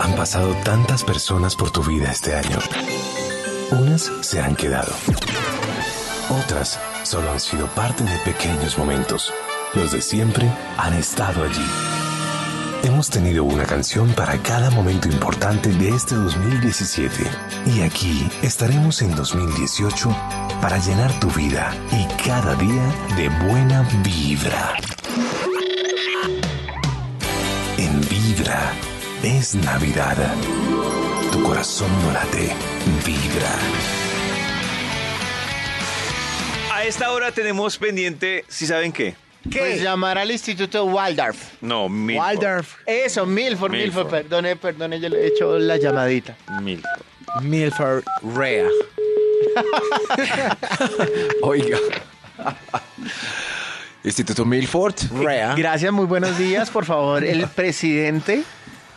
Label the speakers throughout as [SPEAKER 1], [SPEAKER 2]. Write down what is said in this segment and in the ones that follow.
[SPEAKER 1] Han pasado tantas personas por tu vida este año. Unas se han quedado. Otras solo han sido parte de pequeños momentos. Los de siempre han estado allí. Hemos tenido una canción para cada momento importante de este 2017 y aquí estaremos en 2018 para llenar tu vida y cada día de buena vibra. En vibra es Navidad. Tu corazón no late, vibra.
[SPEAKER 2] A esta hora tenemos pendiente, si saben qué.
[SPEAKER 3] ¿Qué?
[SPEAKER 4] Pues llamar al Instituto Waldorf.
[SPEAKER 2] No, mil.
[SPEAKER 3] Waldorf.
[SPEAKER 4] Eso, Milford,
[SPEAKER 2] Milford.
[SPEAKER 4] Milford, perdone, perdone, yo le he hecho la llamadita.
[SPEAKER 2] Mil.
[SPEAKER 3] Milford Rea.
[SPEAKER 5] Oiga. Instituto Milford.
[SPEAKER 3] Rea.
[SPEAKER 4] Gracias, muy buenos días, por favor, el presidente.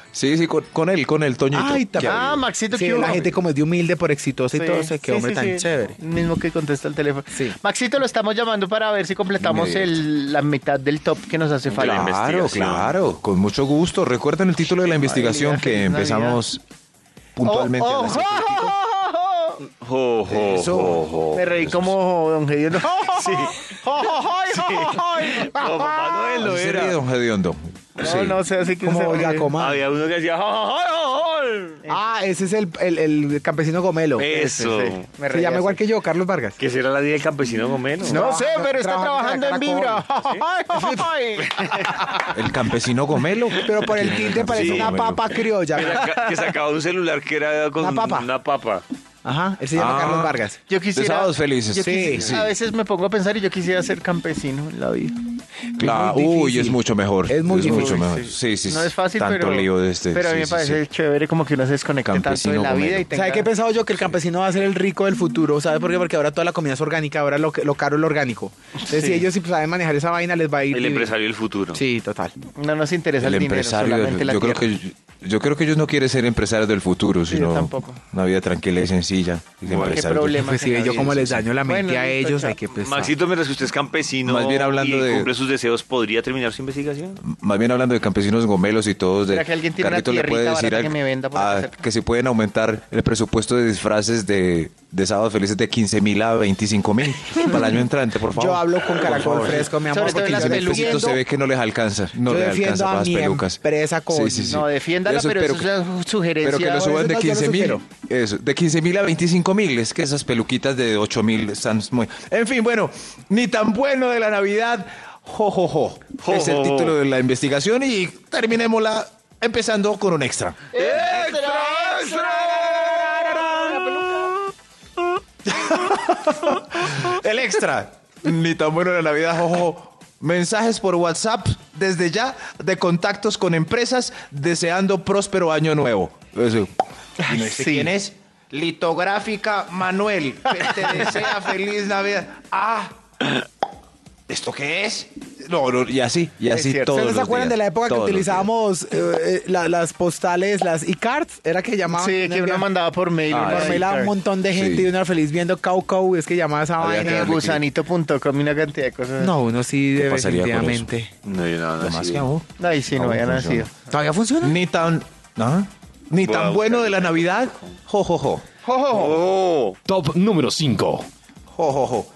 [SPEAKER 5] Sí, sí, con, con él, con el Toñito.
[SPEAKER 3] Ay,
[SPEAKER 5] ¿Qué
[SPEAKER 4] Ah,
[SPEAKER 5] hay?
[SPEAKER 4] Maxito,
[SPEAKER 3] Sí,
[SPEAKER 4] ¿qué hubo?
[SPEAKER 3] la gente como es de humilde por exitosa y todo,
[SPEAKER 4] Sí,
[SPEAKER 3] se
[SPEAKER 4] sí,
[SPEAKER 3] quedó hombre
[SPEAKER 4] sí,
[SPEAKER 3] tan
[SPEAKER 4] sí.
[SPEAKER 3] chévere.
[SPEAKER 4] Mismo que contesta el teléfono.
[SPEAKER 3] Sí.
[SPEAKER 4] Maxito, lo estamos llamando para ver si completamos
[SPEAKER 5] Inmediato.
[SPEAKER 4] el- la mitad del top que nos hace falta.
[SPEAKER 2] Claro.
[SPEAKER 5] Claro,
[SPEAKER 2] investigación.
[SPEAKER 5] claro, con mucho gusto. Recuerden el título de la investigación
[SPEAKER 4] Navidad,
[SPEAKER 5] que
[SPEAKER 4] feliz
[SPEAKER 5] empezamos puntualmente. a
[SPEAKER 4] Oh,
[SPEAKER 5] las
[SPEAKER 4] oh,
[SPEAKER 5] siete.
[SPEAKER 4] oh, oh, oh,
[SPEAKER 2] Jo, jo, jo, jo.
[SPEAKER 4] oh. Me reí como don Oh, Gediondo. Sí. oh,
[SPEAKER 2] Como Papá Noel lo
[SPEAKER 5] Así se
[SPEAKER 2] era.
[SPEAKER 5] ríe, don Gediondo. Sí.
[SPEAKER 4] No, no sé, así que se
[SPEAKER 3] Como
[SPEAKER 4] ríe.
[SPEAKER 3] Giacomo.
[SPEAKER 2] Había uno que hacía. jo, jo, jo, jo.
[SPEAKER 3] Ah, ese es el, el, el campesino Gomelo.
[SPEAKER 2] Eso.
[SPEAKER 4] Me
[SPEAKER 3] Se
[SPEAKER 4] reí
[SPEAKER 3] llama
[SPEAKER 4] así.
[SPEAKER 3] igual que yo, Carlos Vargas.
[SPEAKER 2] Que será la día del campesino gomelo.
[SPEAKER 4] No sé, pero está
[SPEAKER 3] Trabajando
[SPEAKER 4] trabajando
[SPEAKER 3] para
[SPEAKER 4] en vibra.
[SPEAKER 5] El campesino Gomelo.
[SPEAKER 3] Pero por el tinte parece
[SPEAKER 5] Sí,
[SPEAKER 3] una
[SPEAKER 5] Gomelo.
[SPEAKER 3] papa
[SPEAKER 2] Que,
[SPEAKER 3] criolla.
[SPEAKER 2] saca- que sacaba un celular que era con
[SPEAKER 3] Una papa.
[SPEAKER 2] papa.
[SPEAKER 3] Ajá, él se llama
[SPEAKER 5] Ah.
[SPEAKER 3] Carlos Vargas.
[SPEAKER 4] Yo
[SPEAKER 5] De
[SPEAKER 4] quisiera.
[SPEAKER 5] sábados felices.
[SPEAKER 4] yo
[SPEAKER 5] Sí,
[SPEAKER 4] quisi-
[SPEAKER 5] sí.
[SPEAKER 4] A veces me pongo a pensar y yo quisiera ser campesino en la vida.
[SPEAKER 5] Claro,
[SPEAKER 3] muy difícil.
[SPEAKER 5] uy, es mucho mejor.
[SPEAKER 3] Es muy
[SPEAKER 5] mucho
[SPEAKER 3] difícil,
[SPEAKER 5] mejor. Sí, sí,
[SPEAKER 4] No es fácil,
[SPEAKER 5] tanto
[SPEAKER 4] pero,
[SPEAKER 5] lío de este.
[SPEAKER 4] pero a
[SPEAKER 5] sí,
[SPEAKER 4] mí me
[SPEAKER 5] sí,
[SPEAKER 4] parece
[SPEAKER 5] sí.
[SPEAKER 4] chévere como que uno se desconecte tanto
[SPEAKER 5] Campesino
[SPEAKER 4] de la vida
[SPEAKER 5] gomelo.
[SPEAKER 4] y tenga...
[SPEAKER 3] ¿Sabe qué he pensado yo? Que el campesino va a ser el rico del futuro. ¿Sabe por qué? Porque ahora toda la comida es orgánica, ahora lo, lo caro es lo orgánico. Entonces, si ellos sí saben manejar esa vaina, les va a ir.
[SPEAKER 2] El
[SPEAKER 3] bien.
[SPEAKER 2] empresario del futuro.
[SPEAKER 3] Sí, total.
[SPEAKER 4] No nos interesa
[SPEAKER 5] El
[SPEAKER 4] el, dinero,
[SPEAKER 5] empresario.
[SPEAKER 4] solamente la
[SPEAKER 5] yo, creo
[SPEAKER 4] tierra.
[SPEAKER 5] que, yo creo que ellos no quieren ser empresarios del futuro,
[SPEAKER 4] Sí,
[SPEAKER 5] sino
[SPEAKER 4] yo tampoco.
[SPEAKER 5] una vida tranquila y sencilla. Y
[SPEAKER 4] Bueno, qué
[SPEAKER 5] empresarios.
[SPEAKER 4] problema.
[SPEAKER 3] Pues si ve yo cómo les daño la mente
[SPEAKER 4] Bueno,
[SPEAKER 3] a
[SPEAKER 4] listo,
[SPEAKER 3] ellos,
[SPEAKER 4] chao.
[SPEAKER 3] hay que pues, pensar.
[SPEAKER 2] Maxito, mientras que usted es campesino
[SPEAKER 5] Más bien hablando
[SPEAKER 2] y
[SPEAKER 5] de-
[SPEAKER 2] cumple sus deseos, ¿podría terminar su investigación?
[SPEAKER 5] Más bien hablando de campesinos gomelos y todos de
[SPEAKER 4] ¿Será que alguien tiene una
[SPEAKER 5] Carlitos le puede
[SPEAKER 4] tierrita
[SPEAKER 5] decir
[SPEAKER 4] barata
[SPEAKER 5] al-
[SPEAKER 4] que me venda por
[SPEAKER 5] a-
[SPEAKER 4] acá cerca?
[SPEAKER 5] que si pueden aumentar el presupuesto de disfraces de, de sábados felices de 15 mil a 25 mil para el año entrante, por favor.
[SPEAKER 3] Yo hablo con
[SPEAKER 5] Por
[SPEAKER 3] caracol
[SPEAKER 5] favor.
[SPEAKER 3] fresco, mi amor,
[SPEAKER 4] Sobre todo
[SPEAKER 3] porque
[SPEAKER 4] las
[SPEAKER 3] yo
[SPEAKER 5] Ese
[SPEAKER 3] me
[SPEAKER 4] pelucas.
[SPEAKER 5] mesecito
[SPEAKER 3] defiendo-
[SPEAKER 5] se ve que no les alcanza, no
[SPEAKER 3] Yo
[SPEAKER 5] les
[SPEAKER 3] defiendo
[SPEAKER 5] alcanza
[SPEAKER 3] a
[SPEAKER 5] para las
[SPEAKER 3] mi
[SPEAKER 5] pelucas.
[SPEAKER 3] empresa con-
[SPEAKER 4] No, defiéndala,
[SPEAKER 5] Eso,
[SPEAKER 4] pero,
[SPEAKER 5] pero
[SPEAKER 4] eso es una sugerencia.
[SPEAKER 5] pero que lo
[SPEAKER 3] eso
[SPEAKER 5] suban de
[SPEAKER 3] no, yo no
[SPEAKER 5] 15 mil.
[SPEAKER 3] sugiero.
[SPEAKER 5] Eso, de 15 mil a 25 mil. Es que esas peluquitas de 8 mil están muy. En fin, bueno, ni tan bueno de la Navidad. Jo, jo, jo.
[SPEAKER 2] Jo,
[SPEAKER 5] es el
[SPEAKER 2] jo, jo.
[SPEAKER 5] título de la investigación y terminémosla empezando con un extra. El extra. Ni tan bueno de la Navidad, ojo. Mensajes por WhatsApp desde ya de contactos con empresas deseando próspero año nuevo. Eso. Y no dice
[SPEAKER 4] Sí.
[SPEAKER 5] quién es. Litográfica Manuel, que te desea feliz Navidad. Ah, ¿esto qué es? No, no, y así, y así
[SPEAKER 4] cierto.
[SPEAKER 5] todos
[SPEAKER 3] ¿Ustedes se
[SPEAKER 5] los
[SPEAKER 3] acuerdan
[SPEAKER 5] días,
[SPEAKER 3] de la época que
[SPEAKER 5] todos los
[SPEAKER 3] utilizábamos eh, eh, la- las postales, las e-cards? Era que llamaban.
[SPEAKER 4] Sí, que uno
[SPEAKER 3] enviaba-
[SPEAKER 4] mandaba por mail.
[SPEAKER 5] Ah,
[SPEAKER 4] uno
[SPEAKER 3] por
[SPEAKER 5] sí,
[SPEAKER 3] mail a
[SPEAKER 4] mandaba
[SPEAKER 3] un montón de gente
[SPEAKER 5] Sí.
[SPEAKER 3] y uno era feliz viendo Cau Cau. Es que llamaba esa
[SPEAKER 5] Había
[SPEAKER 3] vaina.
[SPEAKER 5] que-
[SPEAKER 4] Gusanito.com y una cantidad de cosas.
[SPEAKER 3] No, uno sí,
[SPEAKER 5] ¿Qué pasaría con
[SPEAKER 3] definitivamente.
[SPEAKER 2] No, yo nada,
[SPEAKER 5] días. Más
[SPEAKER 2] sí.
[SPEAKER 5] que aún.
[SPEAKER 4] No, y si no,
[SPEAKER 5] Aún
[SPEAKER 4] había
[SPEAKER 5] funciona.
[SPEAKER 4] nacido.
[SPEAKER 3] ¿Todavía funciona?
[SPEAKER 5] Ni tan, ¿ah? Ni
[SPEAKER 2] Voy a
[SPEAKER 5] tan
[SPEAKER 2] buscar.
[SPEAKER 5] bueno de la Navidad. Jo, jo, jo.
[SPEAKER 2] Oh,
[SPEAKER 1] Top número 5.
[SPEAKER 5] Jo, jo, jo.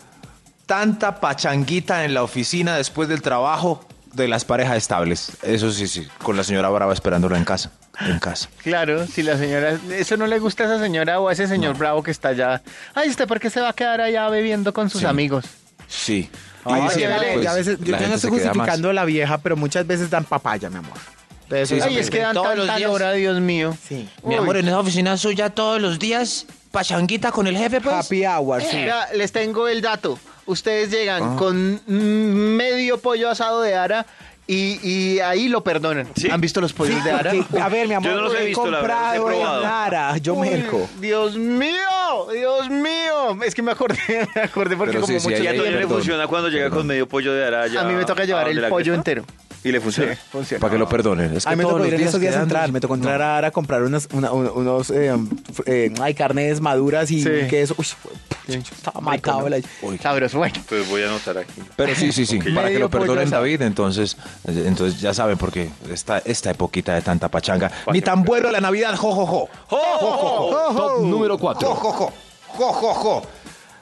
[SPEAKER 5] Tanta pachanguita en la oficina después del trabajo de las parejas estables. Eso sí, sí. Con la señora Brava esperándola en casa. En casa.
[SPEAKER 4] Claro, si la señora, eso no le gusta a esa señora o a ese señor bravo que está allá. Ay, ¿usted por qué se va a quedar allá bebiendo con sus
[SPEAKER 5] Sí.
[SPEAKER 4] amigos?
[SPEAKER 5] Sí.
[SPEAKER 3] Ay,
[SPEAKER 4] sí,
[SPEAKER 3] ya
[SPEAKER 4] pues,
[SPEAKER 3] ve- ya a veces, yo
[SPEAKER 5] la
[SPEAKER 3] yo no
[SPEAKER 5] gente
[SPEAKER 3] estoy
[SPEAKER 5] se queda más.
[SPEAKER 3] justificando a la vieja, pero muchas veces dan papaya, mi amor. Entonces,
[SPEAKER 5] Sí,
[SPEAKER 3] eso
[SPEAKER 4] Ay, es que dan
[SPEAKER 5] Todos los
[SPEAKER 4] tanta
[SPEAKER 5] días.
[SPEAKER 4] hora, Dios mío.
[SPEAKER 3] Sí.
[SPEAKER 5] Mi amor, en esa oficina suya todos los días, pachanguita con el jefe, pues.
[SPEAKER 3] Happy hour, sí.
[SPEAKER 4] Mira, les tengo el dato. Ustedes
[SPEAKER 5] Ah.
[SPEAKER 4] llegan con mm, medio pollo asado de ara y, y ahí lo perdonan.
[SPEAKER 2] Sí.
[SPEAKER 4] ¿Han visto los pollos de ara?
[SPEAKER 3] Porque, a ver, mi amor,
[SPEAKER 2] Yo no los he visto, la verdad,
[SPEAKER 3] comprado
[SPEAKER 2] los he probado.
[SPEAKER 3] en Nara, yo
[SPEAKER 4] Uy,
[SPEAKER 3] merco.
[SPEAKER 4] Dios mío, Dios mío. Es que me acordé, me acordé porque
[SPEAKER 5] Pero
[SPEAKER 4] como
[SPEAKER 5] sí, sí,
[SPEAKER 4] mucho
[SPEAKER 5] ahí
[SPEAKER 2] ya
[SPEAKER 5] hay-
[SPEAKER 4] tiempo-
[SPEAKER 2] todavía le
[SPEAKER 5] perdón,
[SPEAKER 2] funciona cuando llega
[SPEAKER 5] perdón.
[SPEAKER 2] con medio pollo de araya.
[SPEAKER 4] a mí me toca llevar
[SPEAKER 2] ¿A
[SPEAKER 4] el
[SPEAKER 2] dónde la
[SPEAKER 4] pollo
[SPEAKER 2] cresta?
[SPEAKER 4] entero.
[SPEAKER 2] Y le funciona.
[SPEAKER 4] Funciona.
[SPEAKER 5] Para que lo perdonen. Es que
[SPEAKER 3] A mí me
[SPEAKER 5] todos
[SPEAKER 3] tocó
[SPEAKER 5] los
[SPEAKER 3] ir en
[SPEAKER 5] días
[SPEAKER 3] esos días a
[SPEAKER 5] quedando-
[SPEAKER 3] entrar, me tocó entrar a Ara a comprar unas, una- un- unos, eh, f- eh, ay, carnes maduras y
[SPEAKER 4] Sí.
[SPEAKER 3] queso. Uy, Estaba matado el
[SPEAKER 4] Sabroso, bueno.
[SPEAKER 2] Pues voy a anotar aquí.
[SPEAKER 5] Pero sí, sí, sí.
[SPEAKER 2] Ok.
[SPEAKER 5] Para que
[SPEAKER 3] Medio
[SPEAKER 5] lo
[SPEAKER 4] pues,
[SPEAKER 5] perdonen,
[SPEAKER 3] pollo asado.
[SPEAKER 5] David, entonces, eh, entonces ya saben, porque esta, esta epoquita de tanta pachanga.
[SPEAKER 2] Pachanga.
[SPEAKER 5] Ni tan bueno la Navidad, jo, jo, jo. Jo, jo, jo. Top número 4. Jo, jo, jo. Jo, jo, jo.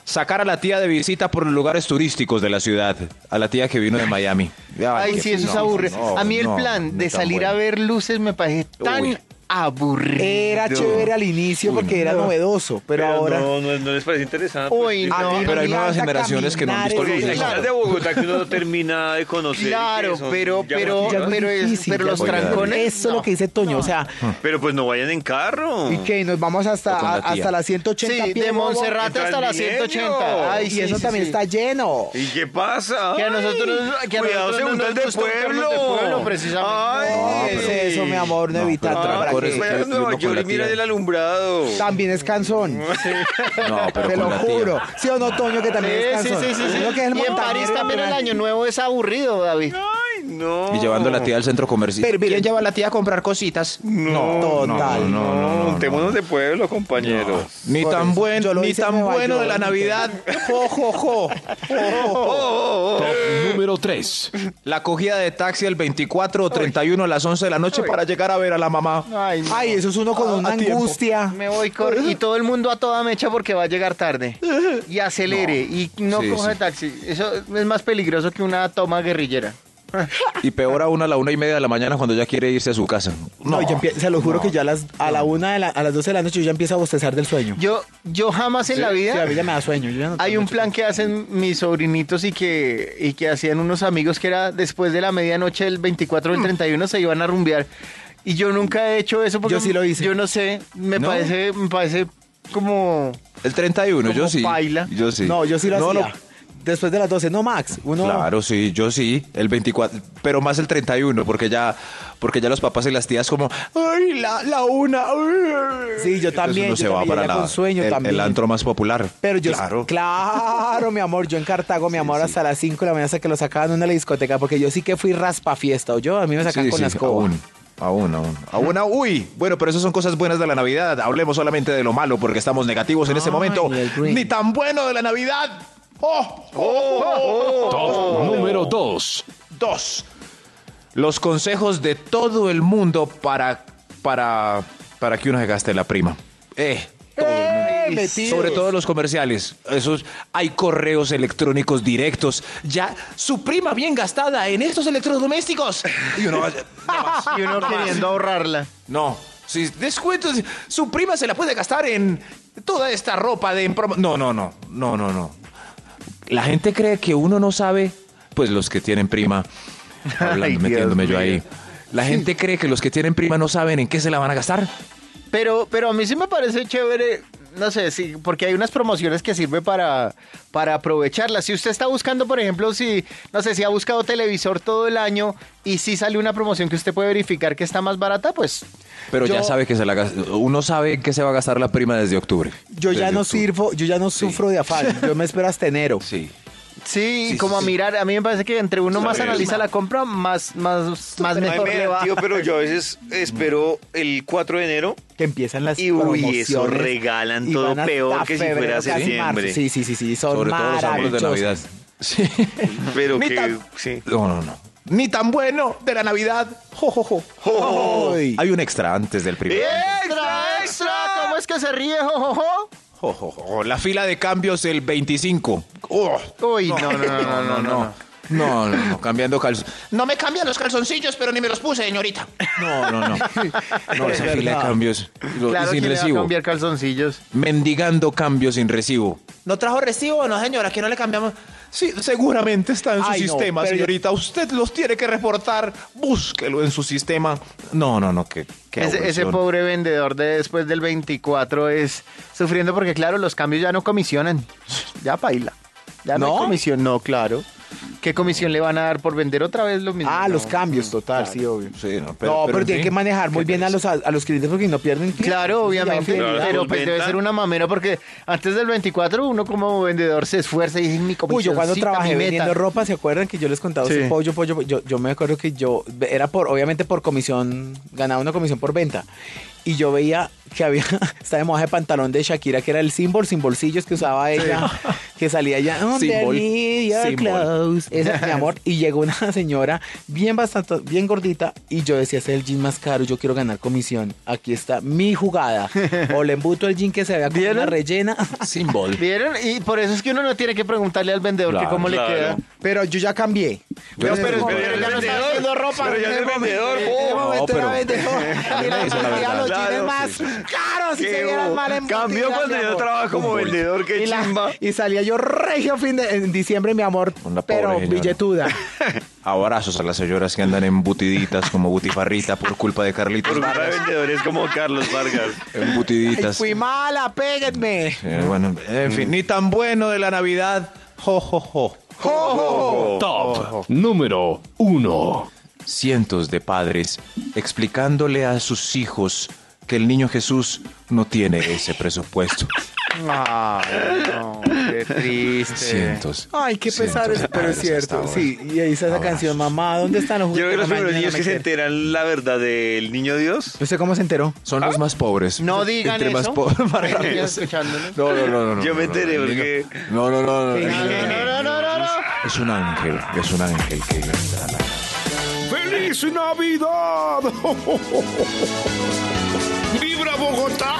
[SPEAKER 5] Sacar a la tía de visita por los lugares turísticos de la ciudad. A la tía que vino de Miami. Ya vale,
[SPEAKER 4] Ay,
[SPEAKER 5] que-
[SPEAKER 4] sí, eso es
[SPEAKER 5] no,
[SPEAKER 4] aburre.
[SPEAKER 5] no,
[SPEAKER 4] a mí el
[SPEAKER 5] no,
[SPEAKER 4] plan
[SPEAKER 5] ni
[SPEAKER 4] de
[SPEAKER 5] tan
[SPEAKER 4] salir a
[SPEAKER 5] bueno.
[SPEAKER 4] ver luces me parece tan
[SPEAKER 5] Uy.
[SPEAKER 4] aburrido.
[SPEAKER 3] Era chévere al inicio porque era novedoso, pero, ahora.
[SPEAKER 2] No, no, no les parece interesante.
[SPEAKER 4] Uy,
[SPEAKER 2] Porque-
[SPEAKER 4] no.
[SPEAKER 3] A mí
[SPEAKER 5] Pero hay
[SPEAKER 3] me
[SPEAKER 5] nuevas
[SPEAKER 3] encanta
[SPEAKER 5] generaciones que no han
[SPEAKER 3] caminar
[SPEAKER 5] visto
[SPEAKER 3] en
[SPEAKER 2] Porque
[SPEAKER 5] luces.
[SPEAKER 2] hay
[SPEAKER 3] el-
[SPEAKER 2] cosas de Bogotá que uno no termina de conocer. y
[SPEAKER 4] Claro,
[SPEAKER 2] que son
[SPEAKER 4] pero- pero-
[SPEAKER 2] llamativas.
[SPEAKER 4] pero- es- pero
[SPEAKER 3] ya
[SPEAKER 4] los
[SPEAKER 3] es muy difícil.
[SPEAKER 4] trancones,
[SPEAKER 3] Eso es
[SPEAKER 4] no,
[SPEAKER 3] lo que dice Toño, o sea,
[SPEAKER 2] Pero pues no vayan en carro.
[SPEAKER 3] y que nos vamos hasta,
[SPEAKER 5] O con la
[SPEAKER 3] a- hasta
[SPEAKER 5] tía.
[SPEAKER 3] las 180
[SPEAKER 4] Sí,
[SPEAKER 3] pies,
[SPEAKER 4] de
[SPEAKER 3] bobo,
[SPEAKER 4] Montserrat
[SPEAKER 2] entra
[SPEAKER 4] hasta
[SPEAKER 2] al
[SPEAKER 4] la
[SPEAKER 2] milenio.
[SPEAKER 4] 180. Ay,
[SPEAKER 3] y
[SPEAKER 4] sí,
[SPEAKER 3] eso
[SPEAKER 4] sí,
[SPEAKER 3] también
[SPEAKER 4] sí.
[SPEAKER 3] está lleno.
[SPEAKER 2] ¿Y qué pasa?
[SPEAKER 4] Que a nosotros- que a
[SPEAKER 2] cuidado,
[SPEAKER 4] nosotros
[SPEAKER 2] se
[SPEAKER 4] no
[SPEAKER 2] junta
[SPEAKER 4] nos
[SPEAKER 2] el de
[SPEAKER 4] gusta enfermos
[SPEAKER 2] pueblo.
[SPEAKER 4] de pueblo, precisamente.
[SPEAKER 3] No,
[SPEAKER 2] Ay,
[SPEAKER 3] pues eso, mi amor, no,
[SPEAKER 5] No,
[SPEAKER 3] evita
[SPEAKER 5] pero
[SPEAKER 3] ¿para
[SPEAKER 5] tampoco
[SPEAKER 3] qué?
[SPEAKER 5] es que-
[SPEAKER 2] Fuera de Nueva
[SPEAKER 5] uno con
[SPEAKER 2] York
[SPEAKER 5] la
[SPEAKER 2] y mira
[SPEAKER 5] tía.
[SPEAKER 2] el alumbrado.
[SPEAKER 3] También es canzón.
[SPEAKER 5] No, pero
[SPEAKER 3] Te
[SPEAKER 5] con
[SPEAKER 3] lo
[SPEAKER 5] la tía.
[SPEAKER 3] juro. ¿Sí o no, Toño, que también es
[SPEAKER 4] Sí, sí, sí,
[SPEAKER 3] canzón?
[SPEAKER 4] sí, sí.
[SPEAKER 3] Lo que es el
[SPEAKER 4] y en París
[SPEAKER 3] montañero
[SPEAKER 4] también el
[SPEAKER 3] natural.
[SPEAKER 4] año nuevo es aburrido, David.
[SPEAKER 2] Ay, no.
[SPEAKER 5] Y llevando a la tía al centro comercial.
[SPEAKER 3] Pero, miren,
[SPEAKER 5] lleva a la tía a comprar cositas?
[SPEAKER 2] No,
[SPEAKER 3] Total.
[SPEAKER 2] No, no, juntémonos de pueblo, compañeros.
[SPEAKER 5] Ni
[SPEAKER 3] Por
[SPEAKER 5] tan
[SPEAKER 3] eso. Yo lo
[SPEAKER 5] bueno, ni
[SPEAKER 3] hice en
[SPEAKER 5] tan
[SPEAKER 3] Nueva
[SPEAKER 5] bueno de la
[SPEAKER 3] York.
[SPEAKER 5] Navidad. Jo, jo, jo.
[SPEAKER 6] número 3.
[SPEAKER 5] La cogida de taxi el 24 o 31 a las 11 de la noche para llegar a ver a la mamá.
[SPEAKER 4] Ay, no.
[SPEAKER 3] Ay, eso es uno con una angustia.
[SPEAKER 4] Me voy cor- y todo el mundo a toda mecha porque va a llegar tarde. Y acelere y no
[SPEAKER 5] Sí,
[SPEAKER 4] coge
[SPEAKER 5] sí.
[SPEAKER 4] taxi. Eso es más peligroso que una toma guerrillera.
[SPEAKER 5] Y peor aún a la una y media de la mañana cuando ya quiere irse a su casa.
[SPEAKER 3] No, yo empie- se lo juro que yo a las, a la una de la- a las 12 de la noche yo ya empiezo a bostezar del sueño.
[SPEAKER 4] Yo, yo jamás en la
[SPEAKER 3] Sí, a
[SPEAKER 4] vida
[SPEAKER 3] mí ya me da sueño. yo ya no
[SPEAKER 4] Hay
[SPEAKER 3] tengo
[SPEAKER 4] un
[SPEAKER 3] mucho
[SPEAKER 4] plan que hacen mis sobrinitos y que, y que hacían unos amigos que era después de la medianoche del 24 o
[SPEAKER 3] Mm.
[SPEAKER 4] el 31 se iban a rumbear. Y yo nunca he hecho eso porque
[SPEAKER 3] Yo sí lo hice.
[SPEAKER 4] Yo no sé, me
[SPEAKER 5] ¿No?
[SPEAKER 4] parece me parece como
[SPEAKER 5] El 31, yo
[SPEAKER 4] Como
[SPEAKER 5] sí.
[SPEAKER 4] paila.
[SPEAKER 5] Yo sí.
[SPEAKER 3] No, yo sí lo
[SPEAKER 5] No,
[SPEAKER 3] hacía. Después de las 12, no, Max. Uno,
[SPEAKER 5] Claro, sí, yo sí, el 24, pero más el 31, porque ya, porque ya los papás y las tías como, ay, la, la una. ay".
[SPEAKER 3] Sí, yo
[SPEAKER 5] Entonces
[SPEAKER 3] también,
[SPEAKER 5] uno
[SPEAKER 3] yo
[SPEAKER 5] se va
[SPEAKER 3] también,
[SPEAKER 5] para
[SPEAKER 3] ya
[SPEAKER 5] la-
[SPEAKER 3] con sueño
[SPEAKER 5] el,
[SPEAKER 3] también.
[SPEAKER 5] el antro más popular.
[SPEAKER 3] Pero yo,
[SPEAKER 5] claro.
[SPEAKER 3] claro. mi amor. Yo en Cartago, mi amor, hasta las 5 de la mañana hasta que lo sacaban en una discoteca, porque yo sí que fui raspa fiesta, o yo, a mí me sacan
[SPEAKER 5] Sí,
[SPEAKER 3] con
[SPEAKER 5] sí,
[SPEAKER 3] la escoba.
[SPEAKER 5] Aún, aún, aún. Aún, aún. Uy, bueno, pero esas son cosas buenas de la Navidad. Hablemos solamente de lo malo porque estamos negativos en este
[SPEAKER 3] Ay,
[SPEAKER 5] momento.
[SPEAKER 3] el green.
[SPEAKER 5] Ni tan bueno de la Navidad. ¡Oh! ¡Oh! oh, oh.
[SPEAKER 6] Top número 2.
[SPEAKER 5] Dos. Los consejos de todo el mundo para, para, para que uno se gaste la prima. Eh. todo el mundo.
[SPEAKER 3] ¡Eh, metidos!
[SPEAKER 5] Sobre todo los comerciales. Esos hay correos electrónicos directos. Ya su prima bien gastada en estos electrodomésticos. Y uno va-
[SPEAKER 4] y uno queriendo ahorrarla.
[SPEAKER 5] No. Si descuentos, su prima se la puede gastar en toda esta ropa de en promo- No, no, no. No, no, no. La gente cree que uno no sabe, pues los que tienen prima. Hablando,
[SPEAKER 4] Ay, Dios
[SPEAKER 5] metiéndome yo
[SPEAKER 4] mío.
[SPEAKER 5] ahí. La gente cree que los que tienen prima no saben en qué se la van a gastar.
[SPEAKER 4] Pero pero a mí sí me parece chévere, no sé, sí, porque hay unas promociones que sirve para para aprovecharlas. Si usted está buscando, por ejemplo, si no sé, si ha buscado televisor todo el año y si sale una promoción que usted puede verificar que está más barata, pues
[SPEAKER 5] Pero ya
[SPEAKER 3] Yo-
[SPEAKER 5] sabe que se la gas- Uno sabe en qué se va a gastar la prima desde octubre.
[SPEAKER 3] Yo ya
[SPEAKER 5] Desde
[SPEAKER 3] no
[SPEAKER 5] octubre.
[SPEAKER 3] sirvo, yo ya no sufro de afán. Yo me espero hasta enero.
[SPEAKER 5] Sí.
[SPEAKER 4] Sí, y
[SPEAKER 5] Sí,
[SPEAKER 4] como
[SPEAKER 5] sí,
[SPEAKER 4] a
[SPEAKER 5] sí.
[SPEAKER 4] mirar, a mí me parece que entre uno más
[SPEAKER 2] Saber.
[SPEAKER 4] analiza la compra, más, más, más
[SPEAKER 2] Ay,
[SPEAKER 4] mejor
[SPEAKER 2] me
[SPEAKER 4] le va.
[SPEAKER 2] da, tío, pero yo a veces espero el 4 de enero.
[SPEAKER 3] Que empiezan las
[SPEAKER 2] Y uy,
[SPEAKER 3] promociones
[SPEAKER 2] eso regalan
[SPEAKER 3] y
[SPEAKER 2] todo
[SPEAKER 3] van hasta
[SPEAKER 2] peor que si fuera
[SPEAKER 3] febrero, casi
[SPEAKER 2] septiembre.
[SPEAKER 3] marzo. Sí, sí, sí, sí. Son
[SPEAKER 5] Sobre todo los árboles de
[SPEAKER 3] maravillosos.
[SPEAKER 5] Navidad. Sí.
[SPEAKER 2] Pero
[SPEAKER 5] Ni
[SPEAKER 2] que.
[SPEAKER 5] tan-
[SPEAKER 2] Sí.
[SPEAKER 5] No, no, no. Ni tan bueno de la Navidad. Jo, jo, jo.
[SPEAKER 3] Ay.
[SPEAKER 5] Hay un extra antes del primero.
[SPEAKER 4] ¡Extra, extra! ¿Cómo es que se ríe, jojojo?
[SPEAKER 5] Jo, jo, jo. La fila de cambios el 25. Oh.
[SPEAKER 4] Uy, no, no, no, no, no, no.
[SPEAKER 5] No, no, no, cambiando calzones. No me cambian los calzoncillos, pero ni me los puse, señorita. No, no, no. No, esa fila de cambios. lo-
[SPEAKER 4] Claro que
[SPEAKER 5] sin
[SPEAKER 4] le va a
[SPEAKER 5] recibo.
[SPEAKER 4] cambiar calzoncillos.
[SPEAKER 5] Mendigando cambios sin recibo. ¿No trajo recibo? No, señora, que no le cambiamos. Sí, seguramente está en su
[SPEAKER 3] Ay, no,
[SPEAKER 5] sistema,
[SPEAKER 3] pero yo-
[SPEAKER 5] señorita. Usted los tiene que reportar. Búsquelo en su sistema. No, no, no, que.
[SPEAKER 4] Ese, ese pobre vendedor de después del 24 es sufriendo porque, claro, los cambios ya no comisionan. Ya paila. Ya no,
[SPEAKER 3] ¿No?
[SPEAKER 4] hay comisión. No, claro. ¿Qué comisión le van a dar por vender otra vez lo mismo?
[SPEAKER 3] Ah,
[SPEAKER 4] No.
[SPEAKER 3] los cambios, total, sí, obvio.
[SPEAKER 5] Sí, no,
[SPEAKER 3] no, pero,
[SPEAKER 5] en
[SPEAKER 3] tienen
[SPEAKER 5] fin.
[SPEAKER 3] que manejar muy
[SPEAKER 5] Qué
[SPEAKER 3] bien a
[SPEAKER 5] pereza.
[SPEAKER 3] los, a, los clientes porque no pierden clientes.
[SPEAKER 4] Claro,
[SPEAKER 3] Eso se llama
[SPEAKER 4] obviamente,
[SPEAKER 3] fidelidad.
[SPEAKER 2] Claro,
[SPEAKER 4] pero pues
[SPEAKER 2] venta.
[SPEAKER 4] debe ser una mamera porque antes del 24 uno como vendedor se esfuerza y dice mi comisión.
[SPEAKER 3] Uy, yo cuando trabajé vendiendo ropa, ¿se acuerdan que yo les contaba
[SPEAKER 4] Sí.
[SPEAKER 3] ese pollo, pollo? pollo? Yo, yo me acuerdo que yo era por, obviamente por comisión, ganaba una comisión por venta. y yo veía que había esta de moda de pantalón de Shakira que era el símbolo sin bolsillos que usaba ella que salía ya
[SPEAKER 5] Symbol. Symbol.
[SPEAKER 3] esa, mi amor y llegó una señora bien bastante bien gordita y yo decía ese es el jean más caro yo quiero ganar comisión aquí está mi jugada o le embuto el jean que se vea con una rellena
[SPEAKER 5] Symbol.
[SPEAKER 4] ¿Vieron? Y por eso es que uno no tiene que preguntarle al vendedor que
[SPEAKER 6] Claro,
[SPEAKER 4] cómo
[SPEAKER 2] claro.
[SPEAKER 4] le queda.
[SPEAKER 3] pero yo ya cambié
[SPEAKER 4] Pero,
[SPEAKER 5] Yo-
[SPEAKER 4] pero,
[SPEAKER 5] pero-
[SPEAKER 4] pero ya no está vendiendo ropa.
[SPEAKER 2] Pero ya es el
[SPEAKER 3] Eh,
[SPEAKER 2] vendedor. oh,
[SPEAKER 5] No, pero- A mí me dicen la verdad.
[SPEAKER 3] los jeans
[SPEAKER 2] Claro,
[SPEAKER 3] más
[SPEAKER 2] sí.
[SPEAKER 3] caros si
[SPEAKER 2] qué
[SPEAKER 3] se vieran
[SPEAKER 2] bobo.
[SPEAKER 3] mal embutidas,
[SPEAKER 2] Cambió
[SPEAKER 3] mi
[SPEAKER 2] cuando yo
[SPEAKER 3] amor.
[SPEAKER 2] trabajaba como vendedor, qué
[SPEAKER 3] y, la-
[SPEAKER 2] chimba.
[SPEAKER 3] y salía yo regio fin de, en diciembre, mi amor.
[SPEAKER 5] Una pobre
[SPEAKER 3] pero
[SPEAKER 5] señora.
[SPEAKER 3] billetuda.
[SPEAKER 5] Abrazos a las señoras que andan embutiditas como butifarrita por culpa de
[SPEAKER 2] Por
[SPEAKER 5] Carlitos
[SPEAKER 2] culpa de
[SPEAKER 5] Vargas.
[SPEAKER 2] vendedores como Carlos Vargas.
[SPEAKER 3] Ay,
[SPEAKER 5] Embutiditas.
[SPEAKER 3] fui mala, péguenme.
[SPEAKER 5] Eh, bueno, en fin, ni tan bueno de la Navidad. Jo, jo, jo.
[SPEAKER 6] Top número uno.
[SPEAKER 5] Cientos de padres explicándole a sus hijos que el niño Jesús no tiene ese presupuesto.
[SPEAKER 4] Ay, no, qué triste.
[SPEAKER 5] Cientos.
[SPEAKER 3] Ay, qué
[SPEAKER 5] cientos
[SPEAKER 3] pesar
[SPEAKER 5] de
[SPEAKER 3] eso, pero es
[SPEAKER 5] padres hasta
[SPEAKER 3] cierto.
[SPEAKER 5] ahora.
[SPEAKER 3] Sí, y ahí está esa
[SPEAKER 5] Abrazos.
[SPEAKER 3] canción, mamá, ¿dónde están los
[SPEAKER 2] Yo creo que
[SPEAKER 3] juguetes?
[SPEAKER 2] los primeros
[SPEAKER 3] Mañana
[SPEAKER 2] niños
[SPEAKER 3] me
[SPEAKER 2] que se
[SPEAKER 3] quieren".
[SPEAKER 2] enteran la verdad del niño Dios.
[SPEAKER 3] ¿Usted cómo se enteró?
[SPEAKER 5] Son los más pobres.
[SPEAKER 4] No digan
[SPEAKER 5] Entre más
[SPEAKER 4] eso.
[SPEAKER 5] pobres, más
[SPEAKER 4] Están
[SPEAKER 5] rápidos.
[SPEAKER 4] escuchándonos.
[SPEAKER 5] No, no, no, no.
[SPEAKER 2] Yo
[SPEAKER 5] no,
[SPEAKER 2] me
[SPEAKER 5] no,
[SPEAKER 2] enteré
[SPEAKER 5] no,
[SPEAKER 2] porque-
[SPEAKER 5] No, no, no, no.
[SPEAKER 3] Sí,
[SPEAKER 5] es
[SPEAKER 4] No,
[SPEAKER 5] un
[SPEAKER 4] no, no,
[SPEAKER 5] ángel.
[SPEAKER 4] no, no, no.
[SPEAKER 5] Es un ángel, es un ángel que les da la-
[SPEAKER 7] ¡Feliz Navidad! ¡Vibra Bogotá!